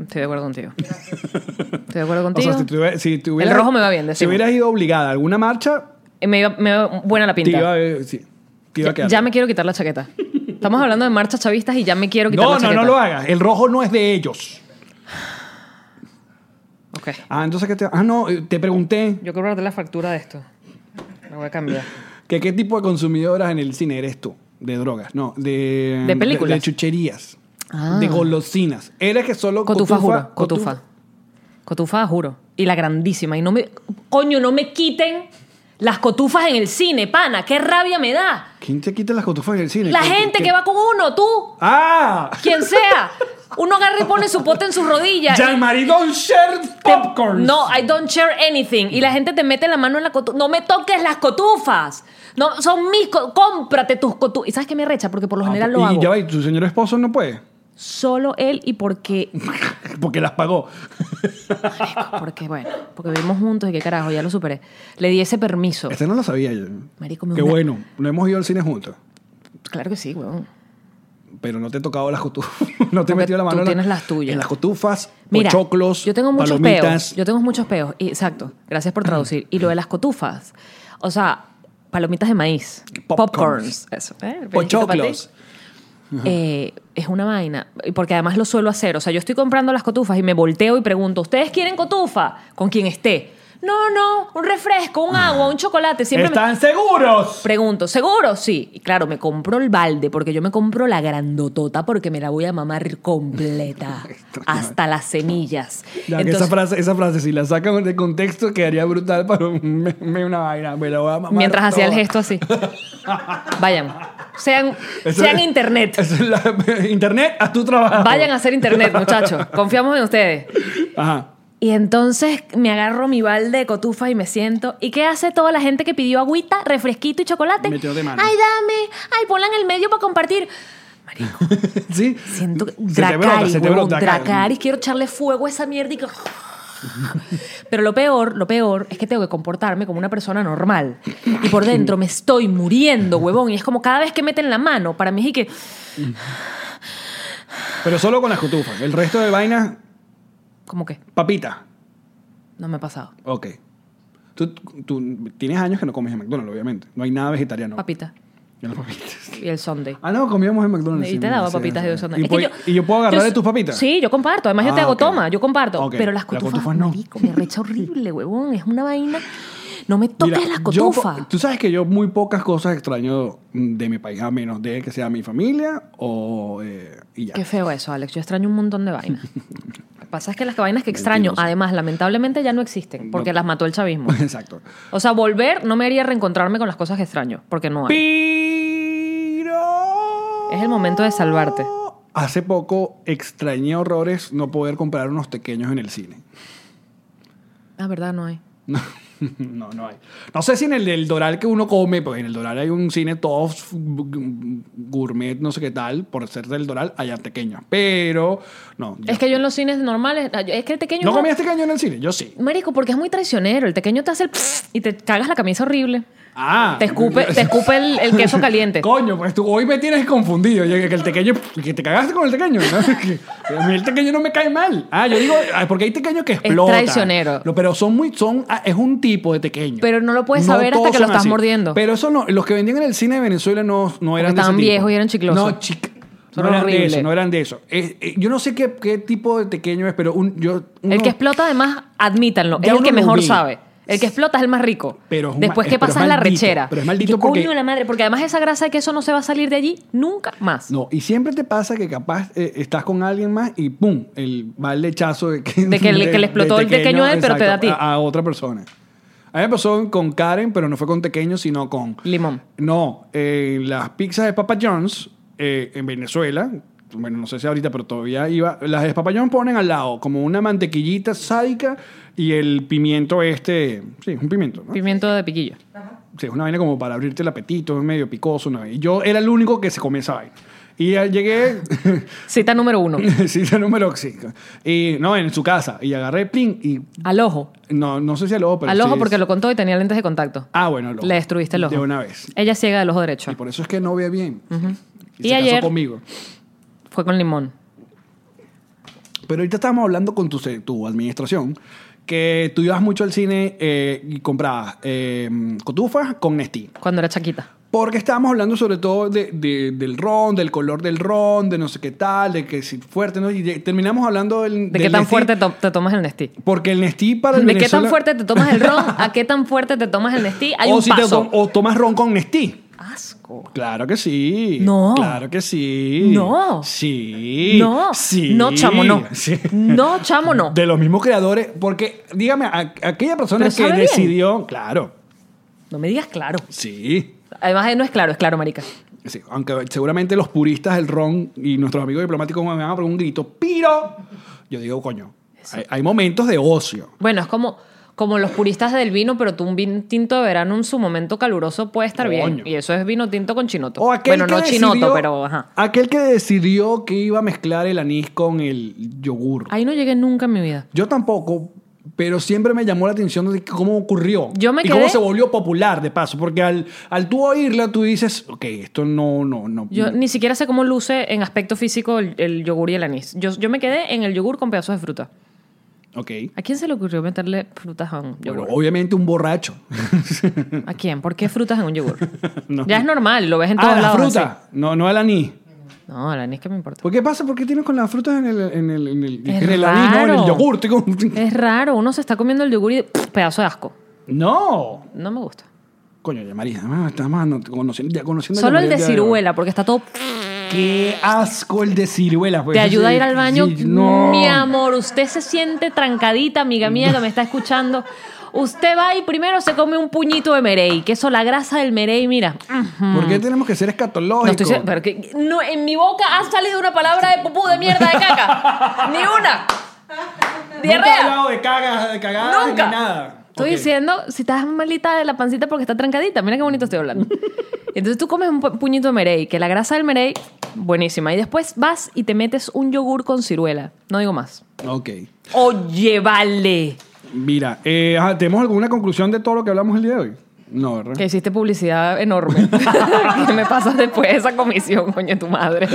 S3: Estoy de acuerdo contigo. Estoy de acuerdo
S2: O
S3: contigo.
S2: sea, si te hubiera- si te
S3: El
S2: hubieras-
S3: rojo me va bien,
S2: Si
S3: decimos.
S2: hubieras ido obligada a alguna marcha,
S3: Eh, me, iba, me iba buena la
S2: te
S3: pinta.
S2: iba, a, sí, te iba a
S3: ya,
S2: quedar.
S3: ya me quiero quitar la chaqueta. Estamos hablando de marchas chavistas y ya me quiero quitar
S2: no,
S3: la
S2: no,
S3: chaqueta.
S2: no lo hagas. El rojo no es de ellos.
S3: Ok.
S2: Ah, entonces que te. Ah, no, eh, te pregunté
S3: Yo quiero guardar la factura de esto. La voy a cambiar.
S2: que qué tipo de consumidoras en el cine eres tú. De drogas, no, de.
S3: De películas.
S2: De, chucherías.
S3: Ah.
S2: De golosinas. Eres que solo.
S3: Cotufa, juro. Cotufa. Cotufa, juro. Y la grandísima. Y no me... Coño, no me quiten las cotufas en el cine, pana. Qué rabia me da.
S2: ¿Quién te quita las cotufas en el cine?
S3: La
S2: ¿Qué-
S3: gente
S2: qué-
S3: que va con uno, tú.
S2: ¡Ah!
S3: Quien sea. Uno agarra y pone su pote en sus rodillas. y-
S2: Jean-Marie Don't Share
S3: Te-
S2: Popcorn.
S3: No, I don't share anything. Y la gente te mete la mano en la cotufa. No me toques las cotufas. No, son mis. co- Cómprate tus cotufas. ¿Y sabes qué me recha? Porque por lo general lo
S2: Ah, y
S3: hago.
S2: ya va, y tu señor esposo no puede.
S3: Solo él y porque.
S2: Porque las pagó.
S3: Porque, bueno, porque vivimos juntos y qué carajo, ya lo superé. Le di ese permiso.
S2: Este no lo sabía yo.
S3: Marico, me
S2: Qué
S3: una-
S2: bueno. No hemos ido al cine juntos.
S3: Claro que sí, weón.
S2: Pero no te he tocado las cotufas. No te
S3: Porque
S2: he metido la mano
S3: tú
S2: en la-
S3: tienes las tuyas.
S2: En las cotufas,
S3: Mira,
S2: choclos,
S3: yo tengo muchos
S2: palomitas.
S3: peos. Yo tengo muchos peos. Y- Exacto. Gracias por traducir. Y lo de las cotufas. O sea, palomitas de maíz.
S2: Popcorns.
S3: Popcorns. Eso. ¿eh?
S2: Pochoclos.
S3: eh, es una vaina. Y Porque además lo suelo hacer. O sea, yo estoy comprando las cotufas y me volteo y pregunto, ¿ustedes quieren cotufa? Con quien esté. No, no, un refresco, un agua, un chocolate. Siempre me-
S2: ¿Están seguros?
S3: Pregunto, ¿seguro? Sí. Y claro, me compro el balde porque yo me compro la grandotota porque me la voy a mamar completa. hasta las semillas.
S2: Ya que
S3: Entonces,
S2: esa, frase, esa frase, si la sacan de contexto, quedaría brutal para un meme, una vaina. Me la voy a mamar
S3: mientras hacía el
S2: toda.
S3: gesto así. Vayan. Sean,
S2: Eso
S3: sean
S2: es-
S3: internet.
S2: eso es la- internet, haz tu trabajo.
S3: Vayan a hacer internet, muchachos. Confiamos en ustedes.
S2: Ajá.
S3: Y entonces me agarro mi balde de cotufa y me siento. ¿Y qué hace toda la gente que pidió agüita, refresquito y chocolate?
S2: Metió de mano.
S3: Ay, dame. Ay, ponla en el medio para compartir. Marico,
S2: Sí.
S3: siento que-
S2: Se te brota,
S3: Dracaris,
S2: se te
S3: huevón,
S2: brota, Dracarys.
S3: Dracaris, quiero echarle fuego a esa mierda y que- Pero lo peor, lo peor es que tengo que comportarme como una persona normal. Y por dentro me estoy muriendo, huevón. Y es como cada vez que meten la mano, para mí es que...
S2: Pero solo con las cotufas. El resto de vainas,
S3: Como que
S2: papita.
S3: no me ha pasado.
S2: Ok. Tú, tú tienes años que no comes en McDonald's, obviamente. No hay nada vegetariano.
S3: Papita.
S2: En las papitas.
S3: Y el Sunday.
S2: Ah, no, comíamos en McDonald's.
S3: Y
S2: sí,
S3: te daba
S2: sí,
S3: papitas
S2: sí.
S3: de Sunday.
S2: ¿Y,
S3: Es que
S2: puedo- y yo puedo agarrar de
S3: yo-
S2: tus papitas?
S3: Sí, yo comparto. Además, yo te
S2: Ah,
S3: hago
S2: ok.
S3: toma, yo comparto.
S2: Ok.
S3: Pero las
S2: Las
S3: cotufas,
S2: cotufas no.
S3: marico, me recha horrible, huevón. Es una vaina. No me
S2: Mira,
S3: toques las
S2: yo
S3: cotufas.
S2: po- tú sabes que yo muy pocas cosas extraño de mi país, a menos de que sea mi familia o... eh, y ya.
S3: Qué feo eso, Alex. Yo extraño un montón de vainas. Lo que pasa es que las vainas que extraño,
S2: Mentiroso.
S3: además, lamentablemente ya no existen, porque
S2: No.
S3: las mató el chavismo.
S2: Exacto.
S3: O sea, volver no me haría reencontrarme con las cosas que extraño, porque no hay.
S2: Pero...
S3: Es el momento de salvarte.
S2: Hace poco extrañé horrores no poder comprar unos pequeños en el cine.
S3: Ah, verdad, no hay.
S2: No, no, no hay. No sé si en el del Doral que uno come, pues en el Doral hay un cine todo f- gourmet, no sé qué tal, por ser del Doral, allá pequeño. Pero, no. yo-
S3: Es que yo en los cines normales, es que el pequeño...
S2: ¿No comías pequeño en el cine? Yo sí.
S3: Marico, porque es muy traicionero. El pequeño te hace el... y te cagas la camisa horrible.
S2: Ah.
S3: Te escupe, te escupe el, el queso caliente.
S2: Coño, pues tú hoy me tienes confundido. Yo, que el tequeño, que te cagaste con el tequeño. ¿no? Que a mí el tequeño no me cae mal. Ah, yo digo, ah, porque hay tequeños que explotan.
S3: traicionero.
S2: No, pero son muy, son, ah, es un tipo de tequeño.
S3: Pero no lo puedes saber hasta
S2: todos
S3: que lo
S2: son
S3: estás mordiendo.
S2: Pero eso no, los que vendían en el cine de Venezuela no, no eran de
S3: estaban
S2: ese tipo.
S3: viejos y eran chiclosos.
S2: No, chic.
S3: Son
S2: no eran de
S3: horribles.
S2: eso, no eran de eso. Eh, eh, yo no sé qué, qué tipo de tequeño es, pero un, yo...
S3: El
S2: uno-
S3: que explota, además, admítanlo,
S2: Ya
S3: es el
S2: uno
S3: que
S2: lo
S3: mejor
S2: ve.
S3: sabe. El que explota es el más rico.
S2: Pero es un
S3: Después
S2: ma-
S3: que
S2: pero es
S3: pasas la
S2: maldito,
S3: rechera.
S2: pero es maldito
S3: ¿Qué coño
S2: porque-
S3: de la madre, porque además esa grasa de queso no se va a salir de allí nunca más.
S2: No, y siempre te pasa que capaz eh, estás con alguien más y ¡pum! El va el lechazo de que,
S3: De que le- que le explotó el tequeño a él, pero te da a ti.
S2: A, a otra persona. A mí me pasó con Karen, pero no fue con tequeño, sino con...
S3: Limón.
S2: No, eh, las pizzas de Papa John's eh, en Venezuela, bueno, no sé si ahorita, pero todavía iba... Las de Papa John's ponen al lado como una mantequillita sádica y el pimiento este... Sí, un pimiento, ¿no?
S3: Pimiento de piquillo.
S2: Sí, es una vaina como para abrirte el apetito, es medio picoso. Una vaina. Y yo era el único que se comía esa vaina. Y ya llegué,
S3: Cita número uno.
S2: sí, el número 5. Y no, en su casa. Y agarré plin y
S3: Al ojo.
S2: no, no sé si al ojo, pero.
S3: Al
S2: sí
S3: ojo
S2: es-
S3: porque lo contó y tenía lentes de contacto.
S2: Ah, bueno, al ojo.
S3: Le destruiste el ojo.
S2: De una vez.
S3: Ella ciega del ojo derecho.
S2: Y por eso es que no ve bien. Y,
S3: Y
S2: se
S3: ayer-
S2: casó conmigo.
S3: Fue con limón.
S2: Pero ahorita estábamos hablando con tu, se- tu administración que tú ibas mucho al cine eh, y comprabas eh, cotufas con Nestí.
S3: Cuando era chaquita.
S2: Porque estábamos hablando sobre todo de- de- del ron, del color del ron, de no sé qué tal, de que si fuerte, ¿no? Y de- terminamos hablando del.
S3: ¿De
S2: del
S3: qué tan
S2: Nestí,
S3: fuerte to- te tomas el Nestí?
S2: Porque el Nestí para el
S3: ¿De qué tan
S2: Venezuela-
S3: fuerte te tomas el ron? ¿A qué tan fuerte te tomas el Nestí? Hay
S2: o
S3: un
S2: si te
S3: paso.
S2: to- oh. o tomas ron con Nestí.
S3: Asco.
S2: Claro que sí.
S3: No.
S2: Claro que sí.
S3: No.
S2: Sí.
S3: No.
S2: Sí.
S3: No, chamo, no.
S2: Sí.
S3: No, chamo, no.
S2: De los mismos creadores. Porque, dígame, a- aquella persona
S3: Pero
S2: que
S3: sabe bien.
S2: decidió. Claro.
S3: No me digas claro.
S2: Sí.
S3: Además, eh, no es claro, es claro, marica.
S2: Sí, aunque seguramente los puristas del ron y nuestros amigos diplomáticos me van a poner un grito, pero yo digo, coño, hay, hay momentos de ocio.
S3: Bueno, es como, como los puristas del vino, pero tú un vino tinto de verano en su momento caluroso puede estar bien.
S2: Coño.
S3: Y eso es vino tinto con chinoto.
S2: O aquel
S3: bueno,
S2: que
S3: no chinoto,
S2: decidió-
S3: pero ajá.
S2: Aquel que decidió que iba a mezclar el anís con el yogur.
S3: Ahí no llegué nunca en mi vida.
S2: Yo tampoco, pero siempre me llamó la atención de cómo ocurrió.
S3: Yo me
S2: Y cómo
S3: quedé-
S2: se volvió popular, de paso. Porque al, al tú oírla, tú dices, ok, esto no, no, no.
S3: Yo
S2: no".
S3: ni siquiera sé cómo luce en aspecto físico el, el yogur y el anís. Yo, yo me quedé en el yogur con pedazos de fruta.
S2: Ok.
S3: ¿A quién se le ocurrió meterle frutas a un
S2: Bueno,
S3: yogur?
S2: obviamente un borracho.
S3: ¿A quién? ¿Por qué frutas en un yogur?
S2: No.
S3: Ya es normal, lo ves en todos
S2: ah, la
S3: lados.
S2: fruta. No, no el anís.
S3: así. No, la ni es que me importa.
S2: ¿Por qué pasa? ¿Por qué tienes con las frutas en el, en el, en el,
S3: Es
S2: en el anillo, en el
S3: raro.
S2: yogur? Tengo-
S3: Es raro, uno se está comiendo el yogur y pff, pedazo de asco.
S2: No.
S3: No me gusta.
S2: Coño, ya María, ah, estás más no- conociendo, ya conociendo
S3: Solo el
S2: María
S3: de
S2: ya de- Pues
S3: ciruela, porque está todo.
S2: Qué asco el de ciruela. pues.
S3: Te ayuda a ir al baño.
S2: Sí, no.
S3: Mi amor, usted se siente trancadita, amiga mía que me está escuchando. Usted va y primero se come un puñito de merey, que eso, la grasa del merey, mira. Mm.
S2: ¿Por qué tenemos que ser escatológicos?
S3: No estoy se- pero que- no, en mi boca ha salido una palabra de pupú de mierda de caca. ni una.
S2: Nunca he
S3: Diarrea.
S2: hablado de cagas, de cagadas,
S3: Nunca.
S2: ni nada.
S3: Estoy
S2: Ok.
S3: diciendo, si estás malita de la pancita porque está trancadita, mira qué bonito estoy hablando. Entonces tú comes un pu- puñito de merey, que la grasa del merey, buenísima. Y después vas y te metes un yogur con ciruela. No digo más.
S2: Ok.
S3: Oye, vale.
S2: Mira, eh, ajá, ¿tenemos alguna conclusión de todo lo que hablamos el día de hoy? No, ¿verdad?
S3: Que hiciste publicidad enorme. ¿Qué me pasas después de esa comisión, coño, tu madre?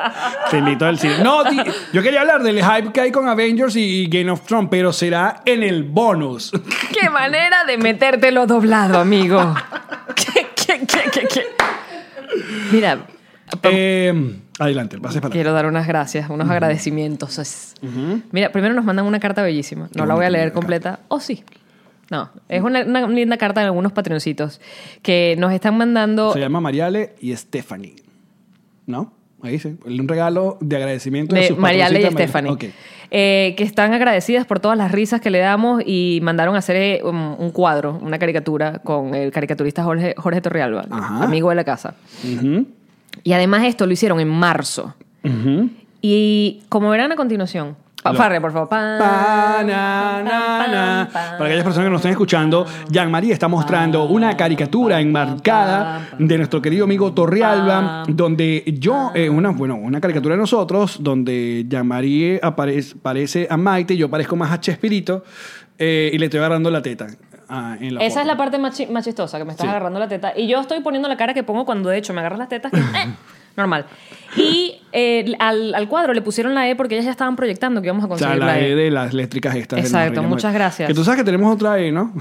S2: Te invito al cine. No, di- yo quería hablar del hype que hay con Avengers y y Game of Thrones, pero será en el bonus.
S3: Qué manera de metértelo doblado, amigo. ¿Qué, qué, qué, qué, qué? Mira,
S2: Eh, adelante, pase para
S3: quiero dar unas gracias, unos agradecimientos. Es- Mira, primero nos mandan una carta bellísima. No la voy a
S2: bonita
S3: leer
S2: linda
S3: completa. Oh, sí. No, es una, una linda carta de algunos patroncitos que nos están mandando.
S2: Se llama Mariale y Stephanie. ¿No? Ahí dice. Un regalo de agradecimiento de
S3: de
S2: sus
S3: Mariale y
S2: patrocitas, Mar-
S3: Stephanie.
S2: Ok.
S3: Eh, que están agradecidas por todas las risas que le damos y mandaron a hacer eh, un, un cuadro, una caricatura con el caricaturista Jorge, Jorge Torrealba,
S2: Ajá.
S3: amigo de la casa.
S2: Ujú,
S3: Y además esto lo hicieron en marzo.
S2: ujú.
S3: Y como verán a continuación, Pa-
S2: Lo-
S3: Farre, por favor. Pa-
S2: Pa, na, na, na.
S3: pa-
S2: Para aquellas personas que nos estén escuchando, Jean-Marie está mostrando una caricatura enmarcada de nuestro querido amigo Torrealba, donde yo, eh, una, bueno, una caricatura de nosotros, donde Jean-Marie aparece, parece a Maite, yo parezco más a Chespirito, eh, y le estoy agarrando la teta. ah, en la
S3: Esa es
S2: foto.
S3: la parte más, chi- más chistosa, que me estás
S2: Sí.
S3: agarrando la teta. Y yo estoy poniendo la cara que pongo cuando, de hecho, me agarras las tetas. que, eh, normal. Y eh, al, al cuadro le pusieron la E porque ellas ya estaban proyectando que íbamos a
S2: O sea,
S3: conseguir
S2: la
S3: la
S2: E de las eléctricas estas. de
S3: Exacto,
S2: las reinas.
S3: muchas gracias.
S2: Que tú sabes que tenemos otra E, ¿no?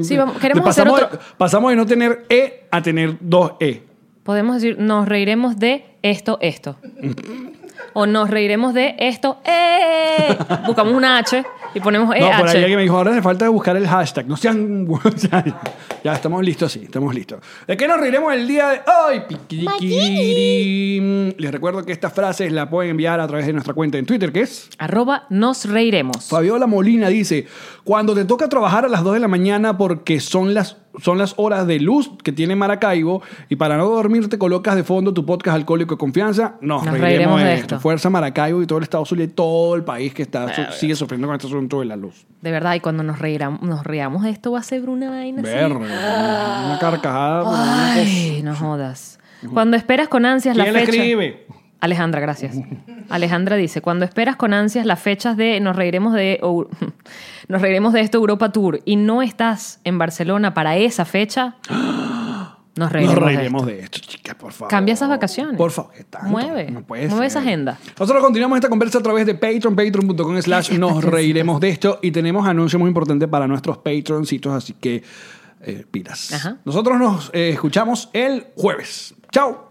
S3: Sí, vamos- queremos hacer
S2: pasamos,
S3: otro-
S2: de, pasamos de no tener E a tener dos E.
S3: Podemos decir, nos reiremos de esto, esto. o nos reiremos de esto, eh. Buscamos una H y ponemos EH.
S2: No, por ahí alguien me dijo, ahora le falta buscar el hashtag. No sean... o sea, ya estamos listos, sí, estamos listos. ¿De qué nos reiremos el día de hoy? Piquiriquiri. Les recuerdo que estas frases las pueden enviar a través de nuestra cuenta en Twitter, que es...
S3: Arroba nos reiremos.
S2: Fabiola Molina dice, cuando te toca trabajar a las 2 de la mañana porque son las, son las horas de luz que tiene Maracaibo y para no dormir te colocas de fondo tu podcast Alcohólico de Confianza, nos, reiremos, de esto. Fuerza Maracaibo y todo el Estado Zulia y todo el país que está, su- sigue sufriendo con este asunto de la luz.
S3: De verdad, y cuando nos, reiramos, nos riamos de esto va a ser una vaina así.
S2: Verga, una carcajada. pero una cosa.
S3: Ay, no jodas. Cuando esperas con ansias la
S2: ¿Quién Ah, la
S3: fecha...
S2: escribe?
S3: Alejandra, gracias. Alejandra dice, cuando esperas con ansias las fechas de nos reiremos de o- nos reiremos de esto Europa Tour y no estás en Barcelona para esa fecha, nos reiremos.
S2: Nos
S3: de
S2: reiremos
S3: esto.
S2: de esto, chicas, por favor.
S3: Cambia esas vacaciones.
S2: Por favor, que tanto.
S3: Mueve,
S2: No puede
S3: mueve
S2: ser.
S3: esa agenda.
S2: Nosotros continuamos esta conversa a través de Patreon, patreon.com slash nos reiremos de esto y tenemos anuncios muy importantes para nuestros patroncitos, así que eh, pilas.
S3: Ajá.
S2: Nosotros nos eh, escuchamos el jueves. Chao.